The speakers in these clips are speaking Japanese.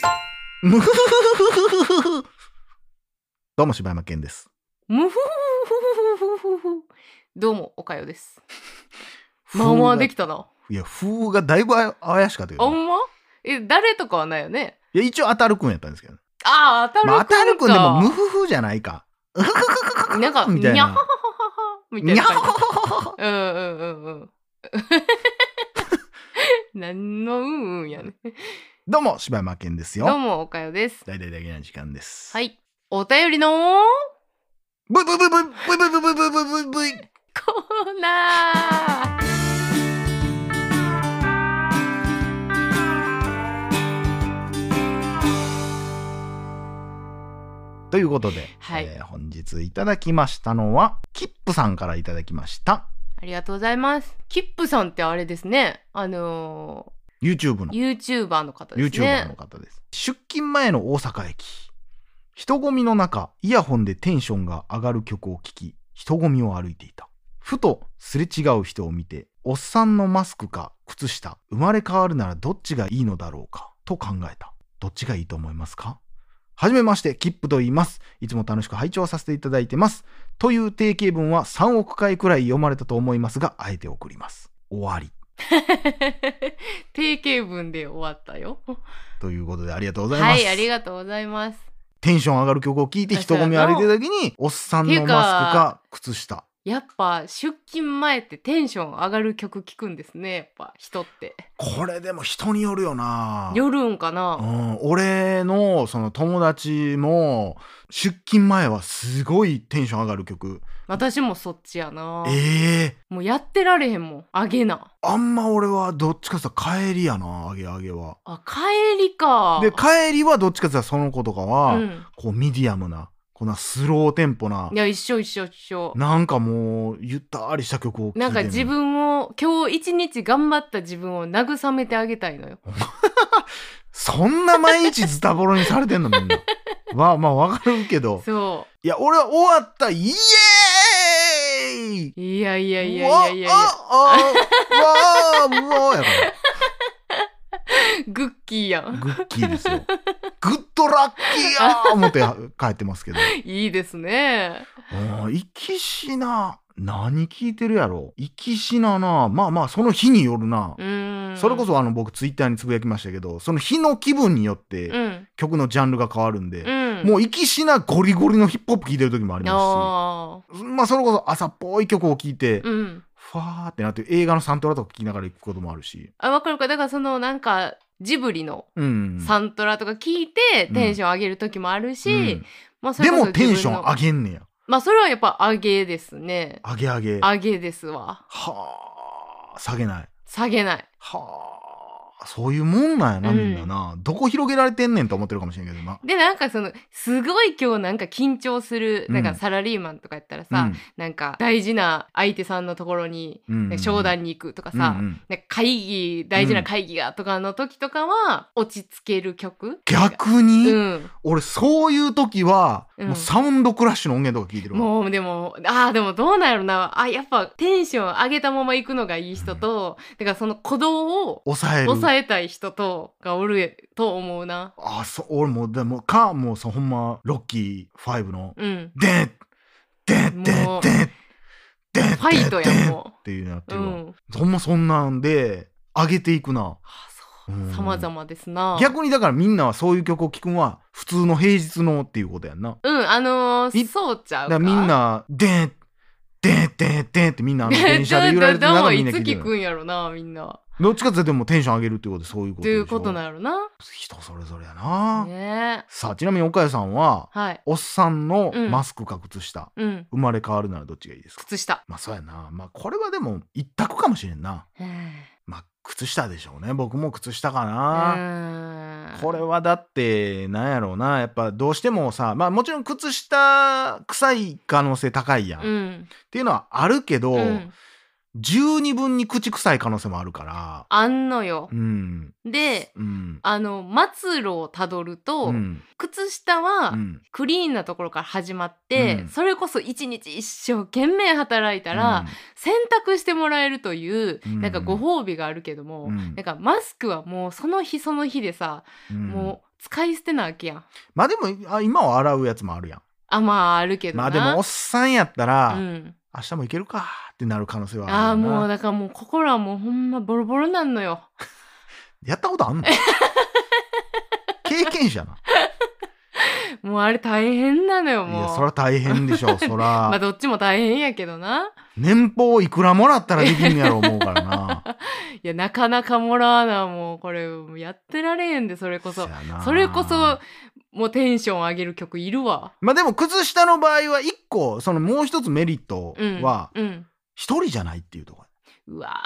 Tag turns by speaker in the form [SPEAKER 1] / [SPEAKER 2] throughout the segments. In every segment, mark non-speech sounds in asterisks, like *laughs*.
[SPEAKER 1] ムフフフフフフフどうも柴山健です。
[SPEAKER 2] むふふふふふふふ。どうも、おかよ
[SPEAKER 1] *laughs*
[SPEAKER 2] です。まあまあできたな。
[SPEAKER 1] いや、風がだいぶあ怪しかったけ
[SPEAKER 2] あ
[SPEAKER 1] どね、
[SPEAKER 2] んまえ、誰とかはないよね。
[SPEAKER 1] いや、一応当たるくんやったんですけどね。
[SPEAKER 2] ああ、当たるくんか。
[SPEAKER 1] まあ、当たるくんでもムフフじゃないか。ウフフフフフ
[SPEAKER 2] なんか、
[SPEAKER 1] みたい
[SPEAKER 2] にゃははは
[SPEAKER 1] な
[SPEAKER 2] は。はみたい
[SPEAKER 1] に
[SPEAKER 2] な
[SPEAKER 1] ゃほ
[SPEAKER 2] 感じ。
[SPEAKER 1] ほほほ
[SPEAKER 2] うんうんうんうん。 *laughs* 何のうんうんやね。
[SPEAKER 1] どうも、柴山健です
[SPEAKER 2] どう
[SPEAKER 1] よ。
[SPEAKER 2] も、おかよです。
[SPEAKER 1] 大々だけな時間です。
[SPEAKER 2] は。い。お便りの
[SPEAKER 1] ブイブイブイブイブイブイブイブイブイブイブイ
[SPEAKER 2] コーナー
[SPEAKER 1] ということで、
[SPEAKER 2] はい
[SPEAKER 1] えー本日いただきましたのは、キップさんからいただきました。
[SPEAKER 2] ありがとうございます。キップさんってあれですね。あの
[SPEAKER 1] YouTube の。
[SPEAKER 2] ー、YouTuber の方です
[SPEAKER 1] YouTuber の
[SPEAKER 2] ね。
[SPEAKER 1] 方です。出勤前の大阪駅。人混みの中、イヤホンでテンションが上がる曲を聴き、人混みを歩いていた。ふとすれ違う人を見て、おっさんのマスクか靴下、生まれ変わるならどっちがいいのだろうか、と考えた。どっちがいいと思いますかはじめまして、キップと言います。いつも楽しく拝聴させていただいてます。という定型文は3億回くらい読まれたと思いますが、あえて送ります。終わり。
[SPEAKER 2] *laughs* 定型文で終わったよ。
[SPEAKER 1] ということで、ありがとうございます。
[SPEAKER 2] はい、ありがとうござざいます。
[SPEAKER 1] テンション上がる曲を聴いて人混み歩いてる時におっさんのマスクか靴下
[SPEAKER 2] やっぱ出勤前ってテンション上がる曲聞くんですねやっぱ人って
[SPEAKER 1] これでも人によるよな
[SPEAKER 2] 夜るんか
[SPEAKER 1] う
[SPEAKER 2] な、
[SPEAKER 1] ん、俺のその友達も出勤前はすごいテンション上がる曲
[SPEAKER 2] 私もそっちやな
[SPEAKER 1] ええ
[SPEAKER 2] もうやってられへんもんあげな
[SPEAKER 1] あんま俺はどっちかさ帰りやなあげあげは
[SPEAKER 2] あ帰りか
[SPEAKER 1] で帰りはどっちかさその子とかは、
[SPEAKER 2] うん
[SPEAKER 1] こうミディアムなこんなスローテンポない
[SPEAKER 2] や一緒一緒一緒
[SPEAKER 1] なんかもうゆったりした曲を聴いて
[SPEAKER 2] なんか
[SPEAKER 1] る
[SPEAKER 2] 自分を今日一日頑張った自分を慰めてあげたいのよ
[SPEAKER 1] そんな毎日ズタボロにされてんのみんな。まあまあわかるけど。
[SPEAKER 2] そ
[SPEAKER 1] いや、俺は終わった。イエーイ
[SPEAKER 2] ういやいやいやいやいやいや
[SPEAKER 1] わああわあうわあやか
[SPEAKER 2] グッキーや
[SPEAKER 1] ら。
[SPEAKER 2] ん
[SPEAKER 1] グッキーですよ。グッドラッキーやー思って帰ってますけど。
[SPEAKER 2] いいですね
[SPEAKER 1] うん、生きしな。何聞いてるやろ生きしなな。まあまあ、その日によるな
[SPEAKER 2] う。ーん
[SPEAKER 1] それこそあの僕ツイッターにつぶやきましたけど、その日の気分によっ
[SPEAKER 2] う
[SPEAKER 1] て
[SPEAKER 2] ん
[SPEAKER 1] 曲のジャンルが変わるんで、
[SPEAKER 2] うん
[SPEAKER 1] もう生きしなゴリゴリのヒップホップ聴いてる時もありま
[SPEAKER 2] あ
[SPEAKER 1] すし、まあそれこそ朝っぽい曲を聴いて、
[SPEAKER 2] ーうん
[SPEAKER 1] ファーってなって映画のサントラとか聴きながら行くこともあるし、
[SPEAKER 2] あわかるかだからそのなんかジブリの
[SPEAKER 1] うん。
[SPEAKER 2] サントラとか聞いて
[SPEAKER 1] うん
[SPEAKER 2] テンション上げる時もあるし、
[SPEAKER 1] うん
[SPEAKER 2] まあそ
[SPEAKER 1] で
[SPEAKER 2] れこそ
[SPEAKER 1] もテンション上
[SPEAKER 2] げ
[SPEAKER 1] げんねや。
[SPEAKER 2] まあそれはやっぱ上げですね
[SPEAKER 1] 上げ上げ。は
[SPEAKER 2] 上げですわ
[SPEAKER 1] あ、下げない。
[SPEAKER 2] 下げない
[SPEAKER 1] はあ、そういうもんなんやな、
[SPEAKER 2] うん
[SPEAKER 1] みんなな。どこ広げられてんねんと思ってるかもしれんけどな。
[SPEAKER 2] でなんかそのすごい今日なんか緊張する、
[SPEAKER 1] うん
[SPEAKER 2] なんかサラリーマンとかやったらさ、なんか大事な相手さんのところに、
[SPEAKER 1] うん、うん
[SPEAKER 2] なんか商談に行くとかさ、
[SPEAKER 1] うんうん
[SPEAKER 2] なんか会議大事な会議がとかの時とかは落ち着ける曲
[SPEAKER 1] 逆に、
[SPEAKER 2] うん
[SPEAKER 1] 俺そういう時は、
[SPEAKER 2] うん
[SPEAKER 1] もうサウンドクラッシュの音源とか聞いてるわ
[SPEAKER 2] もうでもああでもどうなんやろなあやっぱテンション上げたまま行くのがいい人と、だからその鼓動を
[SPEAKER 1] 抑える。
[SPEAKER 2] 抑えたい人とがおると思うな
[SPEAKER 1] あそう俺もうでもかもうさほんまロッキー5の
[SPEAKER 2] うん
[SPEAKER 1] 「でんでんでんでん
[SPEAKER 2] もう
[SPEAKER 1] でんでん
[SPEAKER 2] ファイトや
[SPEAKER 1] でんっ
[SPEAKER 2] も
[SPEAKER 1] ていうなって
[SPEAKER 2] う、う
[SPEAKER 1] るわ
[SPEAKER 2] ん、
[SPEAKER 1] ほんまそんなんで上げていくな
[SPEAKER 2] あ
[SPEAKER 1] うん
[SPEAKER 2] そう様々ですな
[SPEAKER 1] 逆にだからみんなはそういう曲を聴くんは普通の平日のっていうことやんな
[SPEAKER 2] うんあの
[SPEAKER 1] い
[SPEAKER 2] ー、そうちゃ
[SPEAKER 1] だ
[SPEAKER 2] う
[SPEAKER 1] か
[SPEAKER 2] から
[SPEAKER 1] みんな「でんでんでんでん」ってみん *laughs*
[SPEAKER 2] *laughs*
[SPEAKER 1] なあの電車で揺られてる
[SPEAKER 2] ど
[SPEAKER 1] 中
[SPEAKER 2] も
[SPEAKER 1] み
[SPEAKER 2] い
[SPEAKER 1] んな
[SPEAKER 2] つ
[SPEAKER 1] 聴いて
[SPEAKER 2] 聞
[SPEAKER 1] る
[SPEAKER 2] くんやろなみんな
[SPEAKER 1] どっちかっていうとでもテンション上げるっていうことでそういうこと
[SPEAKER 2] と
[SPEAKER 1] でし
[SPEAKER 2] い
[SPEAKER 1] ょ
[SPEAKER 2] うことなんやろな
[SPEAKER 1] 人それぞれやな、
[SPEAKER 2] ねえ
[SPEAKER 1] さあちなみに岡谷さんは
[SPEAKER 2] はい
[SPEAKER 1] おっさんの
[SPEAKER 2] うん
[SPEAKER 1] マスクか靴下、
[SPEAKER 2] うん
[SPEAKER 1] 生まれ変わるならどっちがいいですか
[SPEAKER 2] 靴下
[SPEAKER 1] まあそうやな。まあこれはでも一択かもしれんな。
[SPEAKER 2] うん
[SPEAKER 1] まあ靴下でしょうね。僕も靴下か
[SPEAKER 2] う
[SPEAKER 1] な。
[SPEAKER 2] ん
[SPEAKER 1] これはだってなんやろうなやっぱどうしてもさまあもちろん靴下臭い可能性高いやん、
[SPEAKER 2] う
[SPEAKER 1] っ
[SPEAKER 2] ん、
[SPEAKER 1] ていうのはあるけど、
[SPEAKER 2] うん、
[SPEAKER 1] 十二分に口臭い可能性もあるから
[SPEAKER 2] あんのよ
[SPEAKER 1] うん
[SPEAKER 2] で
[SPEAKER 1] うん
[SPEAKER 2] あの末路をたどると、
[SPEAKER 1] うん
[SPEAKER 2] 靴下は
[SPEAKER 1] うん
[SPEAKER 2] クリーンなところから始まって、
[SPEAKER 1] うん
[SPEAKER 2] それこそ一日一生懸命働いたら、選択してもらえるという、
[SPEAKER 1] うん
[SPEAKER 2] なんかご褒美があるけども、
[SPEAKER 1] うん
[SPEAKER 2] なんかマスクはもうその日その日でさ、
[SPEAKER 1] うん
[SPEAKER 2] も使い捨てなわけやん
[SPEAKER 1] まあでもあ今は洗うやつもあるやん
[SPEAKER 2] あまああるけど
[SPEAKER 1] ま
[SPEAKER 2] な
[SPEAKER 1] あでもおっ
[SPEAKER 2] す
[SPEAKER 1] さんやったら、
[SPEAKER 2] うん、
[SPEAKER 1] 明日も行けるかってなる可能性はある
[SPEAKER 2] ああ
[SPEAKER 1] よな
[SPEAKER 2] もうだからもう心はもうほんまボロボロなんのよ
[SPEAKER 1] やった
[SPEAKER 2] *laughs*
[SPEAKER 1] ことあんの経験者な
[SPEAKER 2] もうあれ大変なのよ
[SPEAKER 1] い
[SPEAKER 2] もう
[SPEAKER 1] やそら大変でし
[SPEAKER 2] *laughs*
[SPEAKER 1] ょそ
[SPEAKER 2] まあ
[SPEAKER 1] ら
[SPEAKER 2] どっちも大変やけどな
[SPEAKER 1] 年俸いくらもらったらできんのやろ思うからな
[SPEAKER 2] いやなかなかもらわなもうこれもうやってられへんで *laughs* それこそ
[SPEAKER 1] やな
[SPEAKER 2] それこそもうテンション上げる曲いるわ
[SPEAKER 1] まあでも靴下の場合は一個そのもう一つメリット
[SPEAKER 2] うん
[SPEAKER 1] は
[SPEAKER 2] うん
[SPEAKER 1] 一人じゃないっていうところ、
[SPEAKER 2] うわ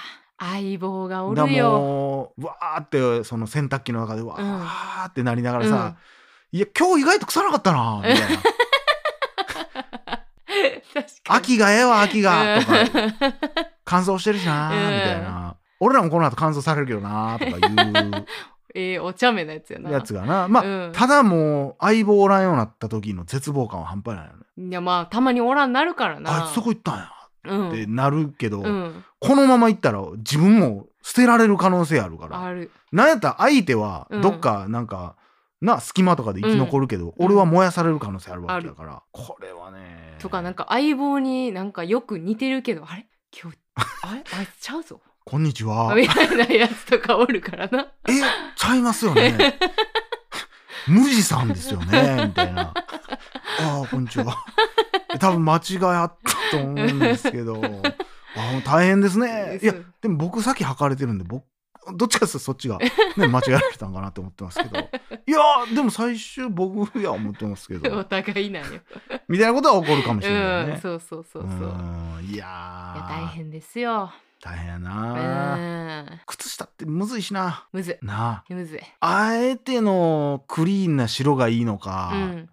[SPEAKER 2] ー相棒がお
[SPEAKER 1] だか
[SPEAKER 2] る
[SPEAKER 1] ら
[SPEAKER 2] よ
[SPEAKER 1] もうわーってその洗濯機の中でわーってなりながら
[SPEAKER 2] うん
[SPEAKER 1] さ、いや今日意外と腐らなかったなみたいな
[SPEAKER 2] *laughs* 確かに
[SPEAKER 1] *laughs* 秋がええわ秋がとか
[SPEAKER 2] か
[SPEAKER 1] 乾燥してるしな
[SPEAKER 2] うん
[SPEAKER 1] みたいな俺らもこの後乾燥されるけどなとかいう
[SPEAKER 2] えー、お茶目なやつやな
[SPEAKER 1] やつがなまあ、
[SPEAKER 2] うん
[SPEAKER 1] ただもう相棒おらんようになった時の絶望感は半端ないよね
[SPEAKER 2] いやまあたまにおらんなるからな
[SPEAKER 1] あいつそこ行ったんや
[SPEAKER 2] うん
[SPEAKER 1] ってなるけど、
[SPEAKER 2] うん、
[SPEAKER 1] このまま行ったら自分も捨てられる可能性あるから
[SPEAKER 2] ある
[SPEAKER 1] なんやったら相手は
[SPEAKER 2] うん
[SPEAKER 1] どっかなんか、な隙間とかで生き残るけど、俺は燃やされる可能性あるわけだから、これはね
[SPEAKER 2] とかなんか相棒になんかよく似てるけどあれ今日あれあいつちゃ
[SPEAKER 1] *laughs*
[SPEAKER 2] うぞ
[SPEAKER 1] こんにちは
[SPEAKER 2] みたいなやつとかおるからな
[SPEAKER 1] えちゃいますよ
[SPEAKER 2] *laughs*
[SPEAKER 1] ね無地さんですよねみたいな
[SPEAKER 2] *laughs*
[SPEAKER 1] ああこんにちは多分間違いあったと思うんですけ
[SPEAKER 2] *laughs*
[SPEAKER 1] どあ大変ですねいや
[SPEAKER 2] そう
[SPEAKER 1] でも僕さっき履かれてるんで僕どっちかっていうとそっち
[SPEAKER 2] *laughs*
[SPEAKER 1] が、ね、間違えられたんかなって思ってますけどいやーでも最終僕や思ってますけ
[SPEAKER 2] *laughs* お
[SPEAKER 1] ど
[SPEAKER 2] 互いなんよ、
[SPEAKER 1] みたいなことは起こるかもしれない
[SPEAKER 2] うん
[SPEAKER 1] ね。
[SPEAKER 2] そうそうそうそういや
[SPEAKER 1] うんいやー
[SPEAKER 2] 大変ですよ
[SPEAKER 1] 大変や
[SPEAKER 2] う
[SPEAKER 1] な、
[SPEAKER 2] ん
[SPEAKER 1] 靴下ってむずいしな
[SPEAKER 2] むずい
[SPEAKER 1] な
[SPEAKER 2] むずい
[SPEAKER 1] ああえてのクリーンな白がいいのか、
[SPEAKER 2] うん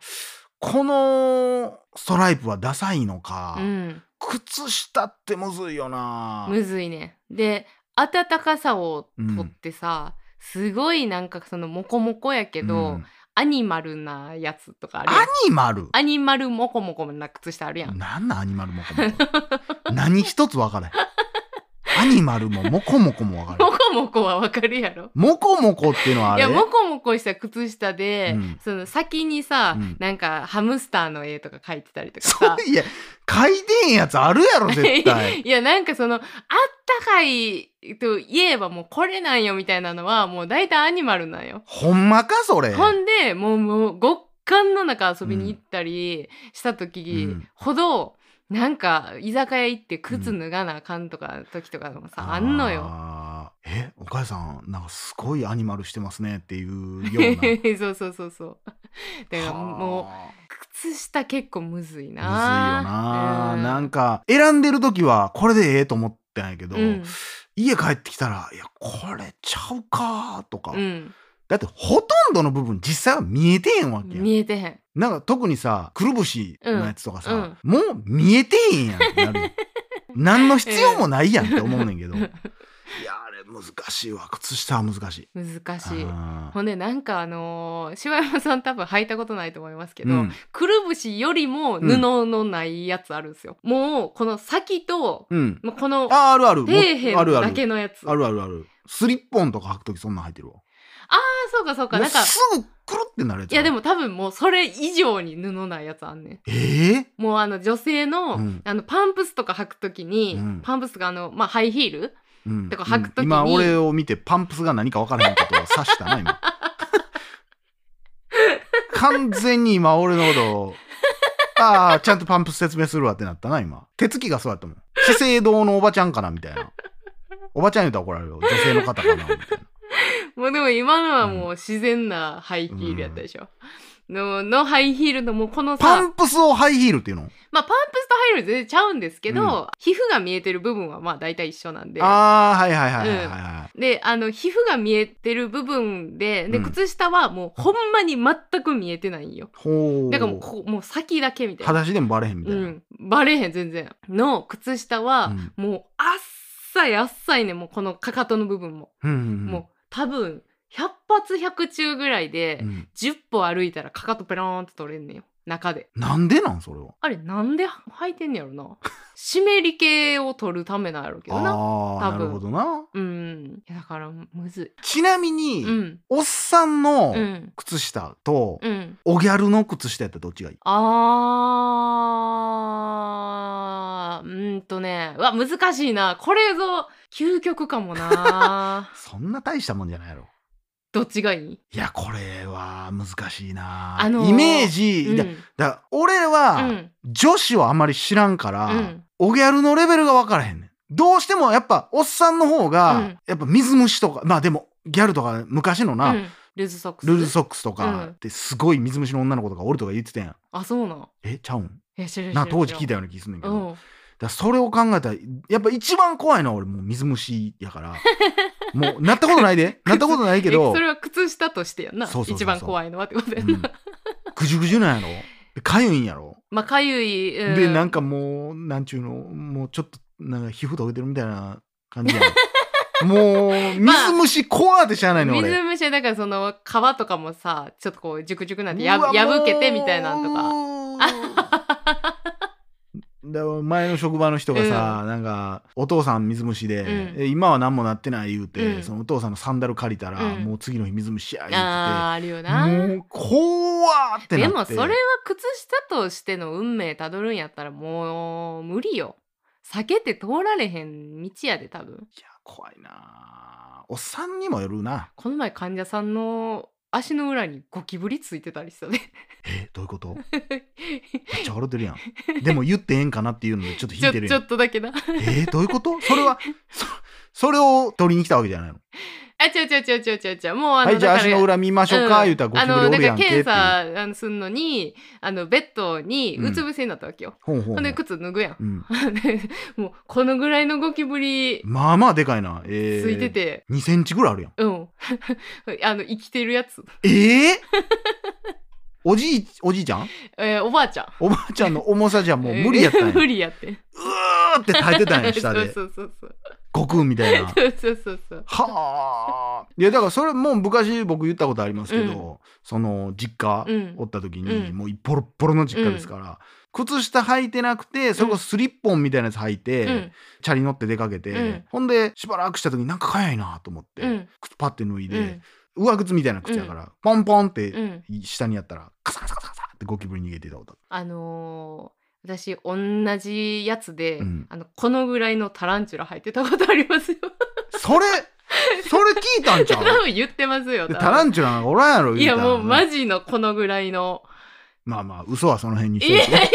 [SPEAKER 1] このストライプはダサいのか、
[SPEAKER 2] うん
[SPEAKER 1] 靴下ってむずいよな
[SPEAKER 2] むずいねで暖かさをとってさ、すごいなんかそのモコモコやけど、
[SPEAKER 1] うん
[SPEAKER 2] アニマルなやつとかあるやん
[SPEAKER 1] アニマル
[SPEAKER 2] アニマルモコモコな靴下あるやん。
[SPEAKER 1] なんなんアニマルモコモコ何一つ分からへんアニマルもモコモコも分からへ
[SPEAKER 2] モ
[SPEAKER 1] ん
[SPEAKER 2] コモコはわかるやろ。
[SPEAKER 1] モコモコっていうのはあ
[SPEAKER 2] い
[SPEAKER 1] れ
[SPEAKER 2] やモコモコした靴下で、
[SPEAKER 1] うん
[SPEAKER 2] その先にさ、
[SPEAKER 1] うん
[SPEAKER 2] なんかハムスターの絵とか描いてたりとか
[SPEAKER 1] そ
[SPEAKER 2] さ。
[SPEAKER 1] れいや書いてへんやつあるやろ *laughs* 絶対
[SPEAKER 2] *laughs* いやなんかそのあったかいと言えばもうこれなんよみたいなのはもう大体アニマルなんよ。
[SPEAKER 1] ほんまかそれ
[SPEAKER 2] ほんでもうもう極寒の中遊びに行ったりした時
[SPEAKER 1] うん
[SPEAKER 2] ほど、なんか居酒屋行って靴脱がなあかんとか時とかもさ、あんのよ。
[SPEAKER 1] あーえお母さんなんかすごいアニマルしてますねっていうよう
[SPEAKER 2] *laughs*
[SPEAKER 1] な
[SPEAKER 2] そうそうそうそうだからもう
[SPEAKER 1] は
[SPEAKER 2] 靴下結構むず
[SPEAKER 1] あむずい
[SPEAKER 2] い
[SPEAKER 1] よな、
[SPEAKER 2] な
[SPEAKER 1] なんか
[SPEAKER 2] か
[SPEAKER 1] 選んでる時はこれでええと思ったんやけど、
[SPEAKER 2] うん
[SPEAKER 1] 家帰ってきたらいやこれちゃうかとか、
[SPEAKER 2] うん、
[SPEAKER 1] だってほとんどの部分実際は見えてへんわけやん
[SPEAKER 2] 見えてへん
[SPEAKER 1] なんか特にさくるぶしのやつとかさ、
[SPEAKER 2] うん
[SPEAKER 1] もう見えてへんやん *laughs* ってなるやん何の必要もないやんって思うねん
[SPEAKER 2] *laughs*
[SPEAKER 1] けど、いやあれ難しいわ靴下は難しい。
[SPEAKER 2] 難しい
[SPEAKER 1] あー
[SPEAKER 2] ほんでなんかあのー、柴山さん多分履いたことないと思いますけど、
[SPEAKER 1] うん
[SPEAKER 2] くるぶしよりも布のないやつあるんですよ、もうこの先と
[SPEAKER 1] うん、
[SPEAKER 2] もうこの
[SPEAKER 1] ああるあるも
[SPEAKER 2] 底辺
[SPEAKER 1] あるあ
[SPEAKER 2] だけ
[SPEAKER 1] る
[SPEAKER 2] のやつあ
[SPEAKER 1] あるあるあるスリッポンとか履く時そんなん履いてるわ
[SPEAKER 2] あそうかそうか
[SPEAKER 1] も
[SPEAKER 2] な
[SPEAKER 1] うん
[SPEAKER 2] か
[SPEAKER 1] すぐくるってなるやつ
[SPEAKER 2] いやでも多分もうそれ以上に布ないやつあんねん
[SPEAKER 1] ええ
[SPEAKER 2] もうあの女性の,、
[SPEAKER 1] うん
[SPEAKER 2] あのパンプスとか履くときに、
[SPEAKER 1] うん
[SPEAKER 2] パンプスがあの、まあ、ハイヒール
[SPEAKER 1] うん
[SPEAKER 2] だから履く時に
[SPEAKER 1] うん今俺を見てパンプスが何か分からへんことを指したな
[SPEAKER 2] *laughs*
[SPEAKER 1] 今完全に今俺のことをああちゃんとパンプス説明するわってなったな今手つきがそうやったもん資生堂のおばちゃんかなみたいなおばちゃん言うたら怒られるよ女性の方かな
[SPEAKER 2] *laughs*
[SPEAKER 1] みたいな
[SPEAKER 2] もうでも今のはもう自然なハイヒールやったでしょ、ののハイヒールのもうこの
[SPEAKER 1] パ
[SPEAKER 2] さ
[SPEAKER 1] ンプスをハイヒールっていうの
[SPEAKER 2] まあ、パンプスとハイヒール全然ちゃうんですけど、
[SPEAKER 1] うん
[SPEAKER 2] 皮膚が見えてる部分はまあ大体一緒なんで
[SPEAKER 1] ああはいはいはいはいはいは
[SPEAKER 2] であの皮膚が見えてる部分でで
[SPEAKER 1] うん
[SPEAKER 2] 靴下はもうほんまに全く見えてないんよ、
[SPEAKER 1] い、ほう
[SPEAKER 2] だからもうここもう先だけみたいな
[SPEAKER 1] 裸足でもバレへんみた
[SPEAKER 2] う
[SPEAKER 1] いな、
[SPEAKER 2] ん、バレへん全然の靴下は、
[SPEAKER 1] うん
[SPEAKER 2] もうあっさいあっさいねもうこのかかとの部分も、
[SPEAKER 1] うんうん
[SPEAKER 2] もう多分100発100中ぐらいで、
[SPEAKER 1] うんうん
[SPEAKER 2] 10歩歩いたらかかとペローンって取れんねんよ中で
[SPEAKER 1] なんでなんそれは
[SPEAKER 2] あれなんで履いてんねやろな湿り気を取るためなんやろうけどな
[SPEAKER 1] ああ
[SPEAKER 2] 多
[SPEAKER 1] な
[SPEAKER 2] 分
[SPEAKER 1] るほどな
[SPEAKER 2] うんいやだからむず
[SPEAKER 1] ちなみに、
[SPEAKER 2] いうん
[SPEAKER 1] おっさんの
[SPEAKER 2] うん
[SPEAKER 1] 靴下と、
[SPEAKER 2] うん
[SPEAKER 1] おギャルの靴下やったらどっちがいい
[SPEAKER 2] あーうんとねうわ難しいなこれぞ究極かも
[SPEAKER 1] *laughs*
[SPEAKER 2] な
[SPEAKER 1] そんな大したもんじゃないやろ
[SPEAKER 2] どっちがいい
[SPEAKER 1] いやこれは難しいな、
[SPEAKER 2] あのー
[SPEAKER 1] イメージ、
[SPEAKER 2] うん
[SPEAKER 1] だだ俺は、
[SPEAKER 2] うん
[SPEAKER 1] 女子はあまり知らんから、
[SPEAKER 2] うん
[SPEAKER 1] おギャルのレベルが分からへんねんどうしてもやっぱおっさんの方が、
[SPEAKER 2] うん
[SPEAKER 1] やっぱ水虫とかまあでもギャルとか昔のな、
[SPEAKER 2] うんルーズソックス
[SPEAKER 1] ルーズソックスと
[SPEAKER 2] うん
[SPEAKER 1] かってすごい水虫の女の子とか俺とか言ってたやん
[SPEAKER 2] あそうなん
[SPEAKER 1] えちゃうん
[SPEAKER 2] え知る
[SPEAKER 1] な当時聞いた
[SPEAKER 2] よ
[SPEAKER 1] ような気すんねんけ
[SPEAKER 2] う
[SPEAKER 1] ど、だか
[SPEAKER 2] ん
[SPEAKER 1] らそれを考えたらやっぱ一番怖いのは俺もう水虫や
[SPEAKER 2] *laughs*
[SPEAKER 1] からもうなったことないでなったことないけど
[SPEAKER 2] えそれは靴下としてやんな
[SPEAKER 1] そうそうそうそう
[SPEAKER 2] 一番怖いのはってことや
[SPEAKER 1] う
[SPEAKER 2] な、
[SPEAKER 1] んぐじゅぐじゅなんやろでかゆいんやろ、
[SPEAKER 2] まあかゆい、うん
[SPEAKER 1] でなんかもうなんちゅうのもうちょっとなんか皮膚溶けてるみたいな感じや
[SPEAKER 2] *laughs*
[SPEAKER 1] ろもう水虫怖ってしゃあないの俺
[SPEAKER 2] 水虫だからその皮とかもさちょっとこうジュクジュクなんてや
[SPEAKER 1] うわ
[SPEAKER 2] 破けてみたいなんとか
[SPEAKER 1] もう *laughs* だから前の職場の人がさ、なんかお父さん水虫で、
[SPEAKER 2] うん
[SPEAKER 1] え今は何もなってない言うて、
[SPEAKER 2] うん
[SPEAKER 1] そのお父さんのサンダル借りたら、
[SPEAKER 2] うん
[SPEAKER 1] もう次の日水虫や
[SPEAKER 2] あ
[SPEAKER 1] 言
[SPEAKER 2] ーあるよな
[SPEAKER 1] うててもう怖ってな
[SPEAKER 2] で
[SPEAKER 1] って
[SPEAKER 2] もそれは靴下としての運命たどるんやったらもう無理よ避けて通られへん道やで多分
[SPEAKER 1] いや怖いなおっさんにもよるな
[SPEAKER 2] この前患者さんの足の裏にゴキブリついてたりしたね
[SPEAKER 1] えどういうことめっちゃ笑ってるやんでも言ってええんかなっていうのでちょっと
[SPEAKER 2] ち
[SPEAKER 1] *laughs* 引
[SPEAKER 2] ょ
[SPEAKER 1] いてる
[SPEAKER 2] ち
[SPEAKER 1] や
[SPEAKER 2] ょ
[SPEAKER 1] ん
[SPEAKER 2] っとだけな
[SPEAKER 1] えどういうことそれはそそれを取りに来たわけじゃないの
[SPEAKER 2] あちゃうちゃうちゃうちゃうちゃうちゃうもうあ
[SPEAKER 1] はいじゃあ足の裏見ましょうか、言うたらゴキブリおるやんけってい
[SPEAKER 2] あ
[SPEAKER 1] う
[SPEAKER 2] のなんか検査あのすんのにあのベッドに
[SPEAKER 1] うん
[SPEAKER 2] うつ伏せになったわけよ、
[SPEAKER 1] ほんほんほん
[SPEAKER 2] ほんで靴脱ぐやん
[SPEAKER 1] うん、
[SPEAKER 2] で *laughs* もうこのぐらいのゴキブリ
[SPEAKER 1] まあまあでかいな、えー、
[SPEAKER 2] ついてて、
[SPEAKER 1] 2センチぐらいあるやん
[SPEAKER 2] うん *laughs* あの生きてるやつ、
[SPEAKER 1] ええ *laughs* おじいおじいちゃん
[SPEAKER 2] えーおばあちゃん
[SPEAKER 1] おばあちゃんの重さじゃもう無理やった
[SPEAKER 2] *laughs*
[SPEAKER 1] んや、
[SPEAKER 2] 無理やって
[SPEAKER 1] うーって耐えてたんや
[SPEAKER 2] そ
[SPEAKER 1] 下
[SPEAKER 2] う
[SPEAKER 1] で
[SPEAKER 2] *laughs* そうそうそう
[SPEAKER 1] 悟空みたい
[SPEAKER 2] *laughs*
[SPEAKER 1] な
[SPEAKER 2] そうそうそうそう
[SPEAKER 1] はあいやだからそれもう昔僕言ったことありますけど、その実家
[SPEAKER 2] うん
[SPEAKER 1] おった時に、
[SPEAKER 2] うん
[SPEAKER 1] もうボロッボロの実家ですから、靴下履いてなくてそれこそスリッポンみたいなやつ履いて、
[SPEAKER 2] うん
[SPEAKER 1] チャリ乗って出かけて、
[SPEAKER 2] うん
[SPEAKER 1] ほんでしばらくした時になんか早いなと思って、
[SPEAKER 2] うん
[SPEAKER 1] 靴パッて脱いで、
[SPEAKER 2] うん
[SPEAKER 1] 上靴みたいな靴やから、ポンポンっ
[SPEAKER 2] う
[SPEAKER 1] て
[SPEAKER 2] ん
[SPEAKER 1] 下にやったらカサカサカサカサってゴキブリ逃げてたことある
[SPEAKER 2] あのー私同じやつで、
[SPEAKER 1] うん
[SPEAKER 2] あのこのぐらいのタランチュラ入ってたことありますよ
[SPEAKER 1] それそれ聞いたんちゃ
[SPEAKER 2] 多
[SPEAKER 1] う
[SPEAKER 2] *laughs* 分言ってますよ
[SPEAKER 1] でタランチュラなんかおらんやろ
[SPEAKER 2] い
[SPEAKER 1] 言
[SPEAKER 2] や
[SPEAKER 1] たら
[SPEAKER 2] もうマジのこのぐらいの
[SPEAKER 1] まあまあ嘘はその辺にし
[SPEAKER 2] いや
[SPEAKER 1] て
[SPEAKER 2] いやい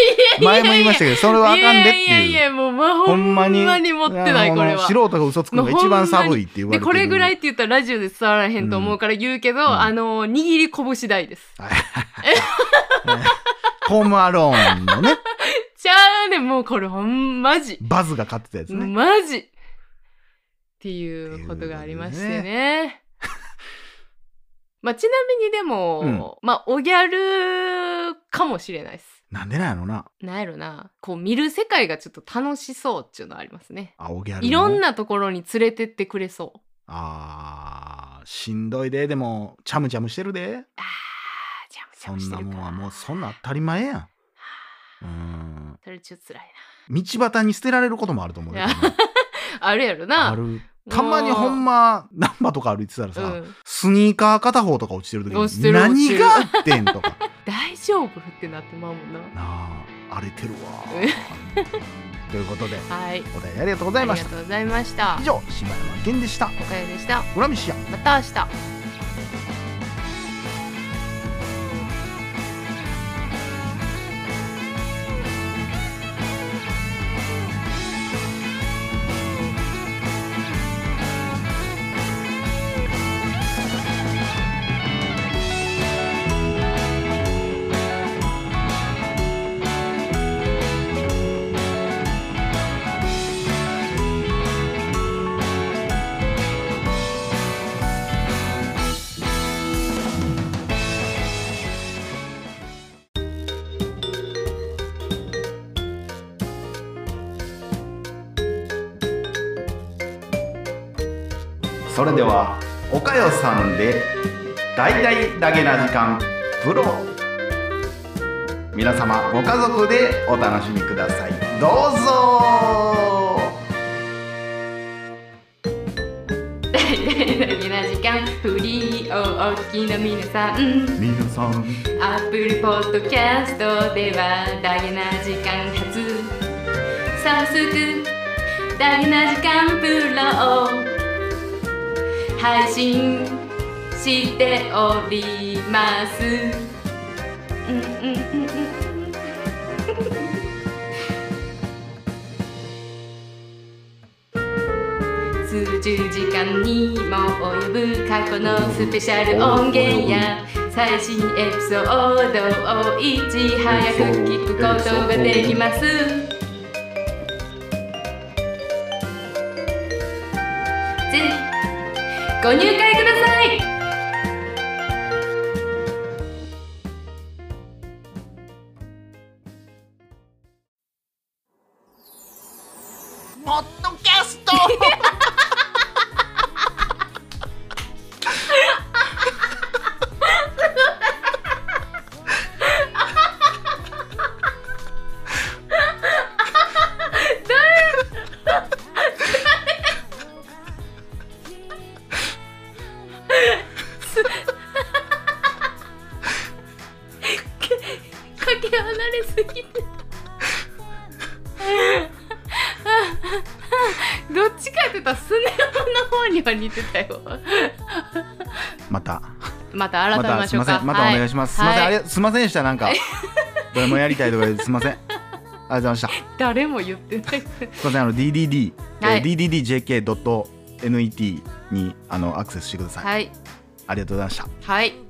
[SPEAKER 1] 前も言いましたけどそれはあかんでっていう
[SPEAKER 2] やいやいやもう、まあ、
[SPEAKER 1] ほ
[SPEAKER 2] ほ
[SPEAKER 1] ん
[SPEAKER 2] ん
[SPEAKER 1] ま
[SPEAKER 2] ま
[SPEAKER 1] に
[SPEAKER 2] に持ってないこれ
[SPEAKER 1] あの
[SPEAKER 2] は
[SPEAKER 1] 素人が嘘つくのが一番寒いって言われて
[SPEAKER 2] で
[SPEAKER 1] る
[SPEAKER 2] これぐらいって言ったらラジオで伝わらへんと思うから言うけど、
[SPEAKER 1] ん
[SPEAKER 2] あのー握り拳次第です
[SPEAKER 1] ホームアローンのね
[SPEAKER 2] ちゃうねんもうこれほんまじ
[SPEAKER 1] バズが勝ってたやつね
[SPEAKER 2] マジっていうことがありましてね。まあ、ちなみにでも、まあおギャルかもしれないです。
[SPEAKER 1] なんでなんやろな
[SPEAKER 2] なんやろなこう見る世界がちょっと楽しそうっていうのはありますね。
[SPEAKER 1] 青ギャルの
[SPEAKER 2] いろんなところに連れてってくれそう。
[SPEAKER 1] あーしんどいででもチャムチャムしてるで
[SPEAKER 2] あージャムジャ
[SPEAKER 1] そ
[SPEAKER 2] ム
[SPEAKER 1] ん
[SPEAKER 2] して
[SPEAKER 1] な
[SPEAKER 2] る
[SPEAKER 1] もんは
[SPEAKER 2] か
[SPEAKER 1] もうそんな当たり前やんうん
[SPEAKER 2] それちょっと辛い
[SPEAKER 1] 道端に捨てられることもあると思うけどね
[SPEAKER 2] いな。あるやろな。
[SPEAKER 1] あ
[SPEAKER 2] *laughs*
[SPEAKER 1] るたまにほんま難波とか歩いてたら
[SPEAKER 2] う
[SPEAKER 1] さ、
[SPEAKER 2] ん、
[SPEAKER 1] スニーカー片方とか落ちてる時
[SPEAKER 2] 落ちて
[SPEAKER 1] に
[SPEAKER 2] る落ち
[SPEAKER 1] 何
[SPEAKER 2] てる
[SPEAKER 1] があってんとか
[SPEAKER 2] 大丈夫ってなってまうもんな。
[SPEAKER 1] なあ荒れてるわということで
[SPEAKER 2] はい。
[SPEAKER 1] お便りありがとうござ
[SPEAKER 2] あ
[SPEAKER 1] い
[SPEAKER 2] りが
[SPEAKER 1] ました
[SPEAKER 2] とうございました
[SPEAKER 1] 以。上柴山健でした
[SPEAKER 2] おかよでした。
[SPEAKER 1] 裏飯や
[SPEAKER 2] また明日。
[SPEAKER 1] それではおかよさんで大々だけな時間プロ皆様ご家族でお楽しみくださいどうぞ
[SPEAKER 2] 大 *laughs* 大な時間フリーをお聞きの皆さん
[SPEAKER 1] 皆さん
[SPEAKER 2] Apple Podcast ではダゲな時間発早速ダゲな時間プロを配信しておりますうんうんうんうん数十時間にも及ぶ過去のスペシャル音源や最新エピソードをいち早く聞くことができますぜひご入会ください
[SPEAKER 1] ポッドキャスト
[SPEAKER 2] かけ離れすぎてたどっちかって言ったらスネ夫の方には似てたよ
[SPEAKER 1] また
[SPEAKER 2] また改
[SPEAKER 1] ま
[SPEAKER 2] め
[SPEAKER 1] た
[SPEAKER 2] ますし
[SPEAKER 1] い
[SPEAKER 2] ょ
[SPEAKER 1] ま
[SPEAKER 2] う
[SPEAKER 1] せ
[SPEAKER 2] か
[SPEAKER 1] んまたお願いします、
[SPEAKER 2] は
[SPEAKER 1] すいませんあ
[SPEAKER 2] は
[SPEAKER 1] れすいませんでしたなんかどれもやりたいとかですいませんありがとうございました
[SPEAKER 2] 誰も言ってない
[SPEAKER 1] すいませんあの DDD、
[SPEAKER 2] はい
[SPEAKER 1] えー DDDJK.net にあのアクセスしてください、
[SPEAKER 2] はい
[SPEAKER 1] ありがとうございました
[SPEAKER 2] はい